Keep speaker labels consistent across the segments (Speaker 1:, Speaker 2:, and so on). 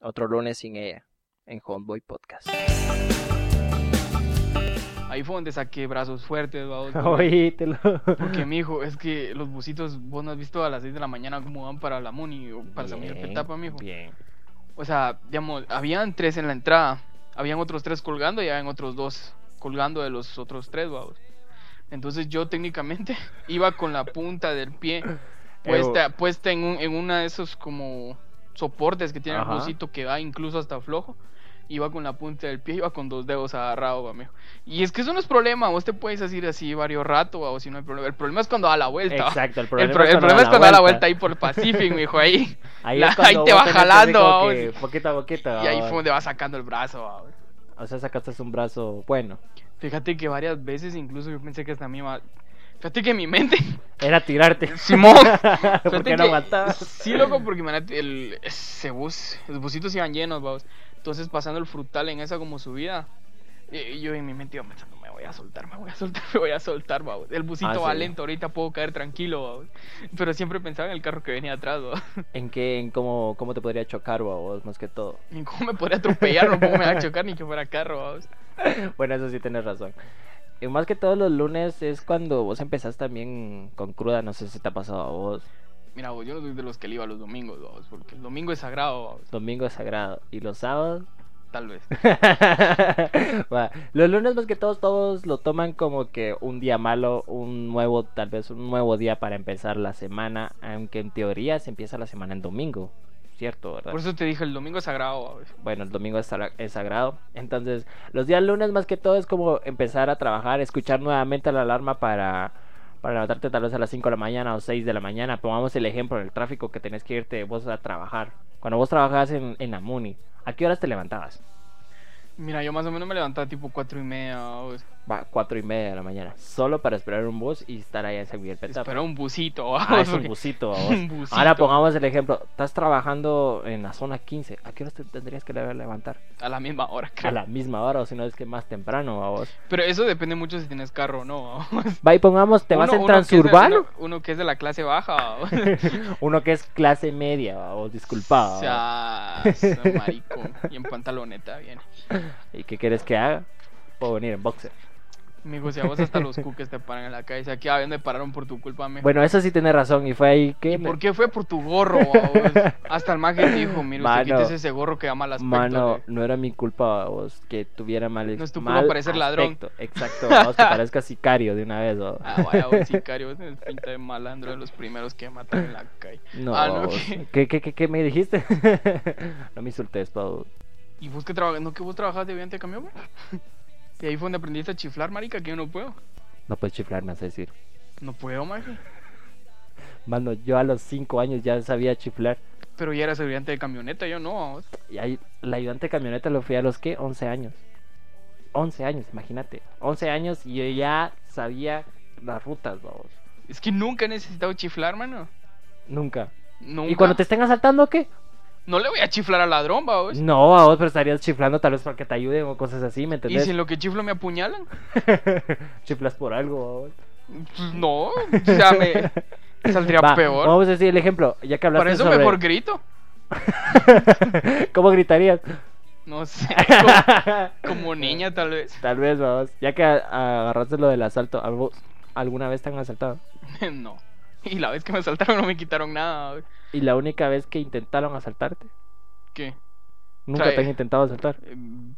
Speaker 1: Otro lunes sin ella, en Homeboy Podcast.
Speaker 2: Ahí fue donde saqué brazos fuertes, babos,
Speaker 3: Oíítelo.
Speaker 2: Porque mi hijo, es que los busitos, vos no has visto a las 6 de la mañana cómo van para la Muni o para San Miguel Petapa, mijo.
Speaker 3: Bien.
Speaker 2: O sea, digamos, habían tres en la entrada, habían otros tres colgando y habían otros dos colgando de los otros tres, babos. Entonces yo técnicamente iba con la punta del pie puesta, puesta en, un, en una de esos como soportes que tiene
Speaker 3: Ajá.
Speaker 2: el busito que va incluso hasta flojo. Iba con la punta del pie, iba con dos dedos agarrado, va, mijo. Y es que eso no es problema, vos te puedes ir así varios ratos, o si no hay problema. El problema es cuando da la vuelta. va.
Speaker 3: Exacto, el
Speaker 2: El
Speaker 3: problema,
Speaker 2: pro- el problema es cuando da la vuelta
Speaker 3: ahí.
Speaker 2: ahí por el Pacific, mijo, ahí.
Speaker 3: Ahí,
Speaker 2: la-
Speaker 3: es cuando
Speaker 2: ahí te
Speaker 3: vos
Speaker 2: va
Speaker 3: tenés así
Speaker 2: jalando,
Speaker 3: como
Speaker 2: vamos.
Speaker 3: que Poquita a poquita.
Speaker 2: Y ahí
Speaker 3: vamos.
Speaker 2: fue donde va sacando el brazo. va.
Speaker 3: O sea, sacaste un brazo bueno.
Speaker 2: Fíjate que varias veces incluso yo pensé que hasta a mí iba- Fíjate que en mi mente...
Speaker 3: Era tirarte.
Speaker 2: Simón.
Speaker 3: ¿Por
Speaker 2: Fíjate
Speaker 3: qué no
Speaker 2: que-
Speaker 3: aguantabas?
Speaker 2: Sí, loco, porque imagínate, el, ese bus, los busitos iban llenos, vamos. Entonces pasando el frutal en esa como subida. Y, y yo en mi mente iba pensando, me voy a soltar, me voy a soltar, me voy a soltar, vamos. El busito
Speaker 3: Ah,
Speaker 2: va
Speaker 3: sí.
Speaker 2: lento, ahorita puedo caer tranquilo, vamos. Pero siempre pensaba en el carro que venía atrás, vamos.
Speaker 3: ¿En qué? ¿En cómo, cómo te podría chocar o a vos más que todo?
Speaker 2: Ni cómo me podría atropellar, no cómo me va a chocar ni que fuera carro, vamos.
Speaker 3: Bueno, eso sí tienes razón. Y más que todos los lunes es cuando vos empezás también con cruda, no sé si te ha pasado a vos.
Speaker 2: Mira, vos, yo no soy de los que le iba los domingos, vamos, porque el domingo es sagrado, vamos,
Speaker 3: Domingo es sagrado. ¿Y los sábados?
Speaker 2: tal vez.
Speaker 3: Va, Los lunes más que todos, todos lo toman como que un día malo, un nuevo, tal vez un nuevo día para empezar la semana, aunque en teoría se empieza la semana en domingo, ¿cierto? ¿verdad?
Speaker 2: Por eso te dije, el domingo es sagrado, vamos.
Speaker 3: Bueno, el domingo es, sagra- es sagrado. Entonces, los días lunes más que todo es como empezar a trabajar, escuchar nuevamente la alarma para, para levantarte tal vez a las 5 de la mañana o 6 de la mañana. Pongamos el ejemplo del tráfico que tenés que irte vos a trabajar. Cuando vos trabajabas en, en la MUNI, ¿a qué horas te levantabas?
Speaker 2: Mira, yo más o menos me levantaba tipo cuatro y media, vamos.
Speaker 3: Va, 4 y media de la mañana, solo para esperar un bus y estar ahí en San Miguel Petapa.
Speaker 2: Espera un busito, vamos.
Speaker 3: Ah, es un
Speaker 2: porque-
Speaker 3: busito, vos.
Speaker 2: Un busito.
Speaker 3: Ahora pongamos el ejemplo, estás trabajando en la zona 15, ¿a qué horas te tendrías que levantar?
Speaker 2: A la misma hora,
Speaker 3: A
Speaker 2: creo.
Speaker 3: la misma hora o si no es que más temprano, a vos.
Speaker 2: Pero eso depende mucho si tienes carro o no, vamos.
Speaker 3: Va y pongamos, te vas
Speaker 2: Uno-
Speaker 3: en
Speaker 2: uno que es de-
Speaker 3: transurbano.
Speaker 2: uno- uno que es de la clase baja, vamos.
Speaker 3: Uno que es clase media, o disculpado.
Speaker 2: O sea, marico. Y en pantaloneta, bien.
Speaker 3: ¿Y qué quieres que haga? Puedo venir en boxer.
Speaker 2: eh. Mijo, si a vos hasta los cuques te paran en la calle, si aquí a me pararon por tu culpa, mijo.
Speaker 3: Bueno, eso sí tenés razón, y fue ahí que...
Speaker 2: ¿Y
Speaker 3: me-
Speaker 2: por qué fue por tu gorro? babos? Hasta el mago dijo, mira, usted
Speaker 3: Mano.
Speaker 2: quítese ese gorro que da mal aspecto.
Speaker 3: Mano,
Speaker 2: le-
Speaker 3: no era mi culpa vos que tuviera mal
Speaker 2: No es tu
Speaker 3: mal
Speaker 2: culpa parecer ladrón.
Speaker 3: aspecto. Exacto, vos que parezca sicario de una vez. vos.
Speaker 2: Ah, vaya, vos, sicario, vos tenés pinta de malandro de los primeros que matan en la calle.
Speaker 3: No,
Speaker 2: ah, no,
Speaker 3: vos.
Speaker 2: ¿qué?
Speaker 3: ¿Qué, qué, qué, qué me dijiste? no me insultes, Pau.
Speaker 2: ¿Y vos que trabajas? ¿No que vos trabajas de ayudante de camión, güey? Y ahí fue donde aprendiste a chiflar, marica, que yo no puedo.
Speaker 3: No puedes chiflarme, vas a decir.
Speaker 2: No puedo, maje.
Speaker 3: Mano, yo a los 5 años ya sabía chiflar.
Speaker 2: Pero ya eras ayudante de camioneta, yo no, babos.
Speaker 3: Y ahí, la ayudante de camioneta lo fui a los que 11 años. 11 años, imagínate. 11 años y yo ya sabía las rutas, vamos.
Speaker 2: Es que nunca he necesitado chiflar, mano.
Speaker 3: Nunca.
Speaker 2: Nunca.
Speaker 3: ¿Y cuando te estén asaltando qué?
Speaker 2: No le voy a chiflar al ladrón, babos.
Speaker 3: No, vos, pero estarías chiflando tal vez para que te ayuden o cosas así, ¿me
Speaker 2: pues. ¿Y
Speaker 3: entendés?
Speaker 2: si en lo que chiflo me apuñalan?
Speaker 3: Chiflas por algo, vos.
Speaker 2: Pues no, o sea, me saldría
Speaker 3: Va,
Speaker 2: peor.
Speaker 3: Vamos a decir el ejemplo, ya que hablaste
Speaker 2: Para eso
Speaker 3: sobre...
Speaker 2: mejor grito.
Speaker 3: ¿Cómo gritarías?
Speaker 2: No sé. como- Como niña, tal vez.
Speaker 3: Tal vez, vamos. Ya que a- agarraste lo del asalto, ¿a vos ¿alguna vez te han asaltado?
Speaker 2: no. Y la vez que me saltaron no me quitaron nada.
Speaker 3: ¿Y la única vez que intentaron asaltarte?
Speaker 2: ¿Qué?
Speaker 3: ¿Nunca
Speaker 2: Trae-
Speaker 3: te han intentado asaltar?
Speaker 2: Eh,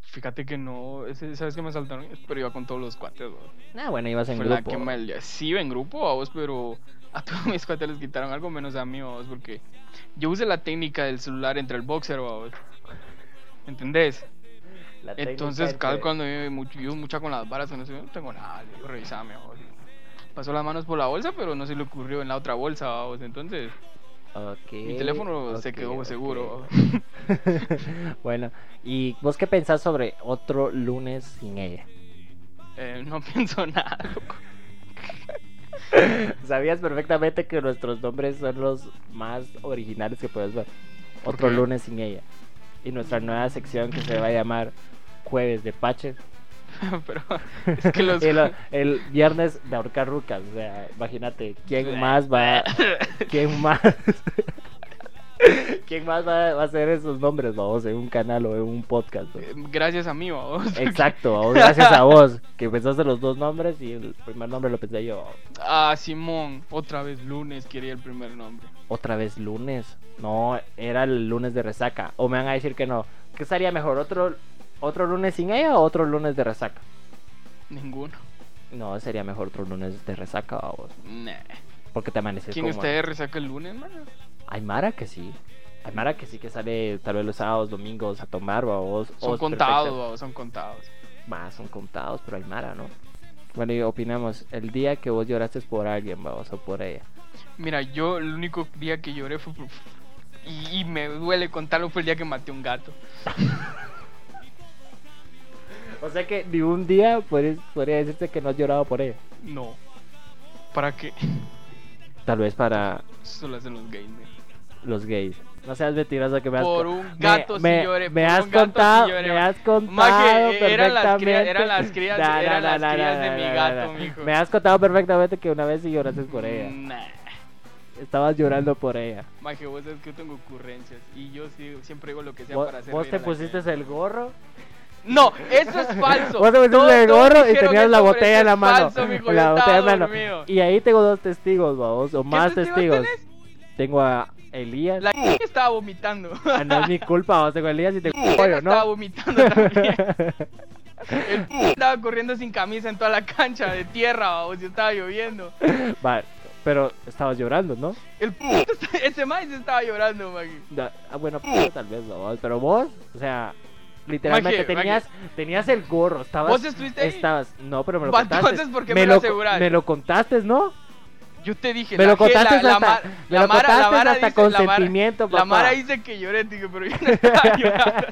Speaker 2: Fíjate que no. ese- ¿Sabes que me saltaron? Pero iba con todos los cuates. babos.
Speaker 3: Ah, bueno, ibas en
Speaker 2: Fue la
Speaker 3: grupo.
Speaker 2: que me- Sí, iba en grupo, babos, pero a todos mis cuates les quitaron algo menos a mí, babos, porque yo usé la técnica del celular entre el boxer, babos. ¿Entendés?
Speaker 3: La técnica
Speaker 2: Entonces,
Speaker 3: entre-
Speaker 2: cada vez cuando yo, mucho- yo mucha con las varas, con eso, yo no tengo nada, le digo, revisame, babos. Pasó las manos por la bolsa, pero no se le ocurrió en la otra bolsa, babos. Entonces,
Speaker 3: Ok,
Speaker 2: mi teléfono se
Speaker 3: ok,
Speaker 2: quedó
Speaker 3: ok.
Speaker 2: seguro.
Speaker 3: bueno, ¿y vos qué pensás sobre otro lunes sin ella?
Speaker 2: Eh, no pienso nada, loco.
Speaker 3: Sabías perfectamente que nuestros nombres son los más originales que puedes ver.
Speaker 2: ¿Por
Speaker 3: Otro
Speaker 2: qué?
Speaker 3: lunes sin ella. Y nuestra nueva sección que se va a llamar Jueves de Pache.
Speaker 2: pero es que los.
Speaker 3: El, el viernes de ahorcar rucas. O sea, imagínate, ¿quién más va? ¿Quién más? ¿Quién más va, va a hacer esos nombres, vamos, en un canal o en un podcast? ¿no?
Speaker 2: Eh, Gracias a mí, babos.
Speaker 3: Exacto, vamos, gracias a vos, que pensaste los dos nombres y el primer nombre lo pensé yo.
Speaker 2: Ah, Simón, otra vez lunes quería el primer nombre.
Speaker 3: ¿Otra vez lunes? No, era el lunes de resaca. O me van a decir que no. ¿Qué estaría mejor, otro, otro lunes sin ella o otro lunes de resaca?
Speaker 2: Ninguno.
Speaker 3: No, sería mejor otro lunes de resaca, vamos,
Speaker 2: Nah.
Speaker 3: porque te amaneces
Speaker 2: ¿Quién
Speaker 3: como...
Speaker 2: usted resaca el lunes,
Speaker 3: Oh,
Speaker 2: man?
Speaker 3: Hay Mara que sí. Hay Mara que sí que sale tal vez los sábados, domingos a tomar, vos.
Speaker 2: Son contados, babos, son contados.
Speaker 3: Más son contados, pero hay Mara, ¿no? Bueno, y opinamos, el día que vos lloraste por alguien, vamos, o por ella.
Speaker 2: Mira, yo el único día que lloré fue. por- Y, y me duele contarlo, fue el día que maté un gato.
Speaker 3: O sea que ni un día podría, podría decirte que no has llorado por ella.
Speaker 2: No. ¿Para qué?
Speaker 3: Tal vez para
Speaker 2: Eso lo hacen los gays, men.
Speaker 3: los gays. No seas mentiroso que me has
Speaker 2: Por
Speaker 3: co-
Speaker 2: un gato
Speaker 3: me,
Speaker 2: sí lloré,
Speaker 3: Me
Speaker 2: por
Speaker 3: has
Speaker 2: un gato sí
Speaker 3: contado,
Speaker 2: lloré.
Speaker 3: me has contado
Speaker 2: Maje, eran las cría-
Speaker 3: perfectamente.
Speaker 2: eran las crías-
Speaker 3: Na,
Speaker 2: eran
Speaker 3: na,
Speaker 2: las
Speaker 3: na, na,
Speaker 2: crías de
Speaker 3: na,
Speaker 2: mi
Speaker 3: na,
Speaker 2: gato,
Speaker 3: na.
Speaker 2: mijo. Mm.
Speaker 3: Me has contado perfectamente que una vez sí lloraste por ella.
Speaker 2: Nah.
Speaker 3: Estabas llorando por ella.
Speaker 2: Maje, vos sabes que yo tengo ocurrencias. Y yo sí- siempre digo lo que sea
Speaker 3: Vos,
Speaker 2: para hacer.
Speaker 3: vos
Speaker 2: reír a
Speaker 3: te
Speaker 2: la
Speaker 3: pusiste
Speaker 2: gente.
Speaker 3: el gorro.
Speaker 2: No, eso es falso.
Speaker 3: Vos te pusiste
Speaker 2: Todos-
Speaker 3: el
Speaker 2: todos
Speaker 3: gorro y
Speaker 2: dijeron
Speaker 3: tenías
Speaker 2: eso,
Speaker 3: la
Speaker 2: pero
Speaker 3: botella
Speaker 2: eso
Speaker 3: en la
Speaker 2: es
Speaker 3: mano.
Speaker 2: falso, mijo,
Speaker 3: la
Speaker 2: yo
Speaker 3: botella
Speaker 2: estaba
Speaker 3: en la mano.
Speaker 2: dormido.
Speaker 3: Y ahí tengo dos testigos, vamos, o más
Speaker 2: testigos
Speaker 3: testigos.
Speaker 2: tenés?
Speaker 3: Tengo a Elías.
Speaker 2: La que estaba vomitando.
Speaker 3: Ah, no es mi culpa, vamos, tengo a Elías y tengo a Pollo,
Speaker 2: estaba
Speaker 3: ¿no?
Speaker 2: vomitando también. El estaba corriendo sin camisa en toda la cancha de tierra, o si estaba lloviendo.
Speaker 3: Vale, pero estabas llorando, ¿no?
Speaker 2: El puto, ese maíz estaba llorando, Maggie.
Speaker 3: Da- ah, bueno, p- tal vez no, vos, pero vos, o sea, literalmente
Speaker 2: Maje,
Speaker 3: tenías, tenías el gorro, estabas...
Speaker 2: ¿Vos estuviste ahí?
Speaker 3: Estabas, no, pero me lo
Speaker 2: Va,
Speaker 3: contaste.
Speaker 2: entonces, ¿por qué me lo asegurás?
Speaker 3: Me lo contaste, ¿no?
Speaker 2: Yo te dije,
Speaker 3: Me
Speaker 2: la
Speaker 3: lo
Speaker 2: je-
Speaker 3: contaste
Speaker 2: la- la
Speaker 3: hasta-
Speaker 2: mar-
Speaker 3: me
Speaker 2: la
Speaker 3: lo
Speaker 2: Mara- la
Speaker 3: contaste
Speaker 2: Mara
Speaker 3: hasta
Speaker 2: dice- la Mara-
Speaker 3: consentimiento,
Speaker 2: La
Speaker 3: papá.
Speaker 2: Mara dice que lloré, dije, pero yo no estaba llorando.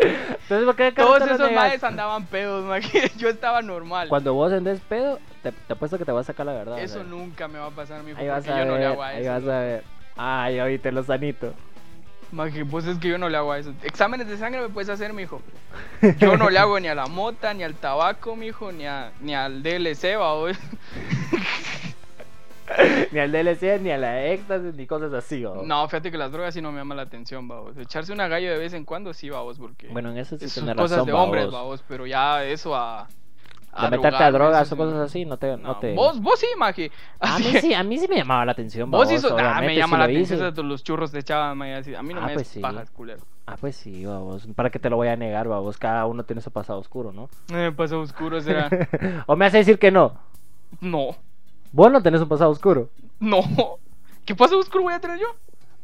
Speaker 3: Entonces, ¿por qué
Speaker 2: Todos
Speaker 3: carota lo
Speaker 2: esos
Speaker 3: negas?
Speaker 2: maes andaban pedos, Maggie. Yo estaba normal.
Speaker 3: Cuando vos andes pedo, te, te apuesto que te vas a sacar la verdad.
Speaker 2: Eso
Speaker 3: o sea.
Speaker 2: nunca me va a pasar, mijo,
Speaker 3: Ahí
Speaker 2: porque
Speaker 3: vas a
Speaker 2: yo no le
Speaker 3: ver,
Speaker 2: hago a
Speaker 3: ahí
Speaker 2: eso.
Speaker 3: vas a ver. Ay, ahorita lo sanito.
Speaker 2: Maje, pues es que yo no le hago a eso. Exámenes de sangre me puedes hacer, mijo. Yo no le hago ni a la mota, ni al tabaco, mijo, ni, a, ni al DLC, babos.
Speaker 3: ni al DLC, ni a la éxtasis, ni cosas así, ¿o?
Speaker 2: No, fíjate que las drogas sí no me llaman la atención, babos. Echarse una gallo de vez en cuando, sí, babos, porque.
Speaker 3: Bueno, en eso sí
Speaker 2: esas son
Speaker 3: tenés razón,
Speaker 2: cosas de hombres,
Speaker 3: babos.
Speaker 2: babos, pero ya eso a.
Speaker 3: De meterte a
Speaker 2: drogarme,
Speaker 3: drogas
Speaker 2: eso
Speaker 3: o
Speaker 2: sí no.
Speaker 3: cosas así, no te... No,
Speaker 2: No,
Speaker 3: te...
Speaker 2: Vos, vos sí, Maje.
Speaker 3: A mí
Speaker 2: Así-
Speaker 3: sí, a mí sí me llamaba la atención,
Speaker 2: Vos
Speaker 3: babos,
Speaker 2: hizo. Ah, me
Speaker 3: obviamente,
Speaker 2: llama
Speaker 3: sí
Speaker 2: la
Speaker 3: lo
Speaker 2: atención
Speaker 3: hice.
Speaker 2: esos- los churros de chava, Maje. así. A mí no
Speaker 3: Ah,
Speaker 2: me
Speaker 3: pues
Speaker 2: des
Speaker 3: sí.
Speaker 2: pajas, culero.
Speaker 3: Ah, pues sí, babos. ¿Para qué te lo voy a negar, babos? Cada uno tiene su pasado oscuro, ¿no?
Speaker 2: Me pasó Eh, oscuro, será.
Speaker 3: o me hace decir que no.
Speaker 2: no,
Speaker 3: Vos no tenés un pasado oscuro.
Speaker 2: no. ¿Qué pasa oscuro voy a tener yo?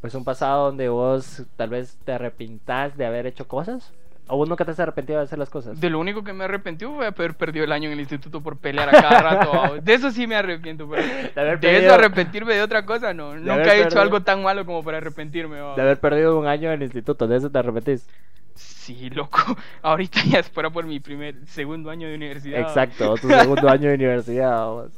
Speaker 3: Pues un pasado donde vos tal vez te arrepintás de haber hecho cosas. O vos nunca te has arrepentido de hacer las cosas.
Speaker 2: De lo único que me arrepentí fue haber perdido el año en el instituto por pelear a cada rato. babos. De eso sí me arrepiento. Pero
Speaker 3: De haber
Speaker 2: de
Speaker 3: perdido-
Speaker 2: eso arrepentirme de otra cosa, no.
Speaker 3: haber
Speaker 2: Nunca he hecho
Speaker 3: perdido-
Speaker 2: algo tan malo como para arrepentirme. babos.
Speaker 3: De haber perdido un año en el instituto, de eso te arrepentís.
Speaker 2: Sí, loco. Ahorita ya es fuera por mi primer, segundo año de universidad. babos.
Speaker 3: Exacto, tu segundo año de universidad. babos.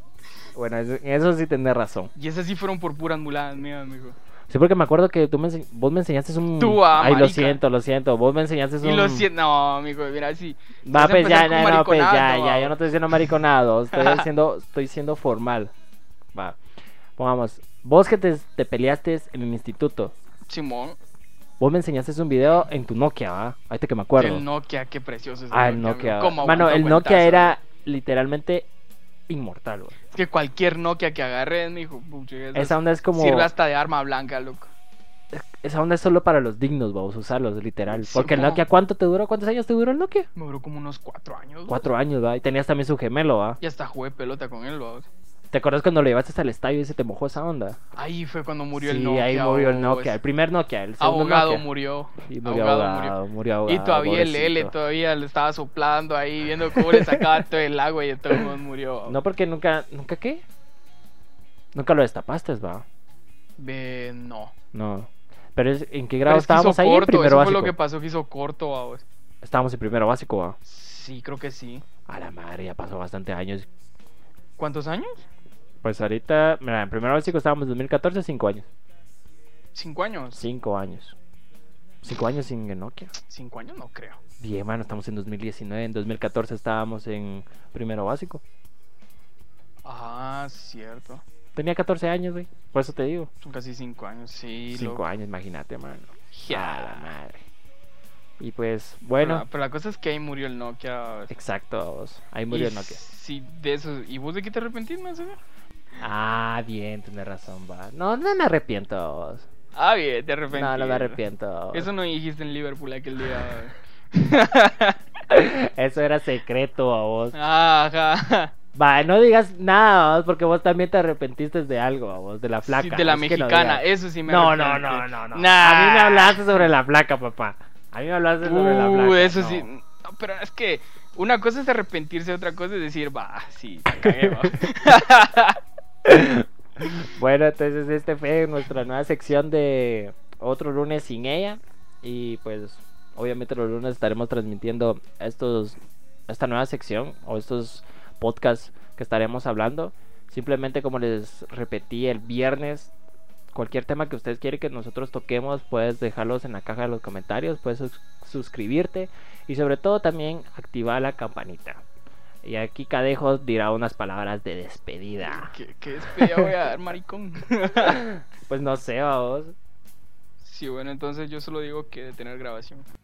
Speaker 3: Bueno, eso- en eso sí tenés razón.
Speaker 2: Y esas sí fueron por puras muladas mías, amigo.
Speaker 3: Sí, porque me acuerdo que tú me ense- vos me enseñaste un...
Speaker 2: Tú, ah,
Speaker 3: Ay, lo
Speaker 2: marica.
Speaker 3: siento, lo siento. Vos me enseñaste un...
Speaker 2: Y lo siento, no, amigo, mira, sí.
Speaker 3: Va,
Speaker 2: Vas a
Speaker 3: pues ya,
Speaker 2: empezar con
Speaker 3: ya, no, pues ya,
Speaker 2: mariconando,
Speaker 3: ya,
Speaker 2: va.
Speaker 3: yo no estoy diciendo mariconado, estoy diciendo, estoy siendo formal. Va. Pongamos, vos que te, te peleaste en el instituto,
Speaker 2: Simón,
Speaker 3: vos me enseñaste un video en tu Nokia, ¿va? Ahorita que me acuerdo.
Speaker 2: el Nokia, qué precioso es
Speaker 3: ah, el Nokia.
Speaker 2: amigo. ¿Cómo
Speaker 3: Mano,
Speaker 2: aguantó
Speaker 3: el Nokia
Speaker 2: cuentazo?
Speaker 3: era literalmente inmortal, güey.
Speaker 2: Es que cualquier Nokia que agarres, mijo, pucha, esas-
Speaker 3: Esa onda es como.
Speaker 2: sirve hasta de arma blanca, loco.
Speaker 3: Esa onda es solo para los dignos, vamos a usarlos, literal.
Speaker 2: Sí,
Speaker 3: Porque el
Speaker 2: mo.
Speaker 3: Nokia, ¿cuánto te duró? ¿Cuántos años te duró el Nokia?
Speaker 2: Me duró como unos cuatro años. ¿no?
Speaker 3: Cuatro años, ¿va? Y tenías también su gemelo, ¿va?
Speaker 2: Y hasta jugué pelota con él, babos.
Speaker 3: ¿Te acuerdas cuando lo llevaste hasta el estadio y se te mojó esa onda?
Speaker 2: Ahí fue cuando murió
Speaker 3: sí,
Speaker 2: el Nokia.
Speaker 3: ahí murió el
Speaker 2: babos.
Speaker 3: Nokia. El primer Nokia, el segundo
Speaker 2: Abogado
Speaker 3: Nokia.
Speaker 2: murió.
Speaker 3: Y murió
Speaker 2: Ahogado
Speaker 3: ahogado,
Speaker 2: Y
Speaker 3: murió ahogado,
Speaker 2: todavía el L
Speaker 3: pobrecito.
Speaker 2: todavía le estaba soplando ahí, viendo cómo le sacaba todo el agua y de todo el mundo murió. babos.
Speaker 3: No, porque nunca, ¿nunca qué? Nunca lo destapaste, va.
Speaker 2: Ve, no.
Speaker 3: No. Pero es, ¿en qué
Speaker 2: Pero
Speaker 3: grado
Speaker 2: es que hizo
Speaker 3: estábamos ahí? En
Speaker 2: corto,
Speaker 3: primero
Speaker 2: eso fue
Speaker 3: básico.
Speaker 2: lo que pasó que hizo corto, babos.
Speaker 3: Estábamos en primero básico, va.
Speaker 2: Sí, creo que sí.
Speaker 3: A la madre, ya pasó bastante años.
Speaker 2: ¿Cuántos años?
Speaker 3: Pues ahorita, mira, en primero básico estábamos en 2014, 5 años.
Speaker 2: ¿Cinco años?
Speaker 3: 5 años. 5 años sin el Nokia.
Speaker 2: Cinco años no creo.
Speaker 3: Bien, mano, estamos en 2019. En 2014 estábamos en primero básico.
Speaker 2: Ah, cierto.
Speaker 3: Tenía 14 años, güey. Por eso te digo.
Speaker 2: Son casi cinco años, sí.
Speaker 3: 5
Speaker 2: loco.
Speaker 3: años, imagínate, mano. A la
Speaker 2: Ya.
Speaker 3: madre. Y pues,
Speaker 2: Pero
Speaker 3: bueno,
Speaker 2: la- Pero, la cosa es que ahí murió el Nokia. vos.
Speaker 3: exacto. vos. Ahí murió
Speaker 2: Y
Speaker 3: el Nokia.
Speaker 2: Sí, de eso. ¿Y vos de qué te arrepentís, más señor?
Speaker 3: Ah, bien, tienes razón, va. No, no me arrepiento. vos.
Speaker 2: Ah, bien, te arrepentís.
Speaker 3: No, no me arrepiento. vos.
Speaker 2: Eso no dijiste en Liverpool aquel día.
Speaker 3: Eso era secreto a vos.
Speaker 2: Ajá.
Speaker 3: Va, no digas nada, vos, porque vos también te arrepentiste de algo, vos, de la
Speaker 2: Sí,
Speaker 3: flaca.
Speaker 2: de la
Speaker 3: es que no
Speaker 2: mexicana,
Speaker 3: digas.
Speaker 2: eso sí me
Speaker 3: No, no,
Speaker 2: arrepiento.
Speaker 3: no, no, no.
Speaker 2: Nah.
Speaker 3: A mí me hablaste sobre la flaca, papá. A mí me hablaste sobre la
Speaker 2: Uh,
Speaker 3: flaca.
Speaker 2: eso
Speaker 3: no.
Speaker 2: sí. No, pero es que una cosa es arrepentirse, otra cosa es decir, va, sí, la cagué, va".
Speaker 3: Bueno, entonces este fue nuestra nueva sección de otro lunes sin ella. Y pues, obviamente los lunes estaremos transmitiendo estos, esta nueva sección o estos podcasts que estaremos hablando. Simplemente como les repetí el viernes, cualquier tema que ustedes quieren que nosotros toquemos, puedes dejarlos en la caja de los comentarios, puedes sus- suscribirte y sobre todo también activar la campanita. Y aquí Cadejos dirá unas palabras de despedida.
Speaker 2: ¿Qué, qué despedida voy a dar, maricón?
Speaker 3: Pues no sé, vamos.
Speaker 2: sí, bueno, entonces yo solo digo que detener grabación.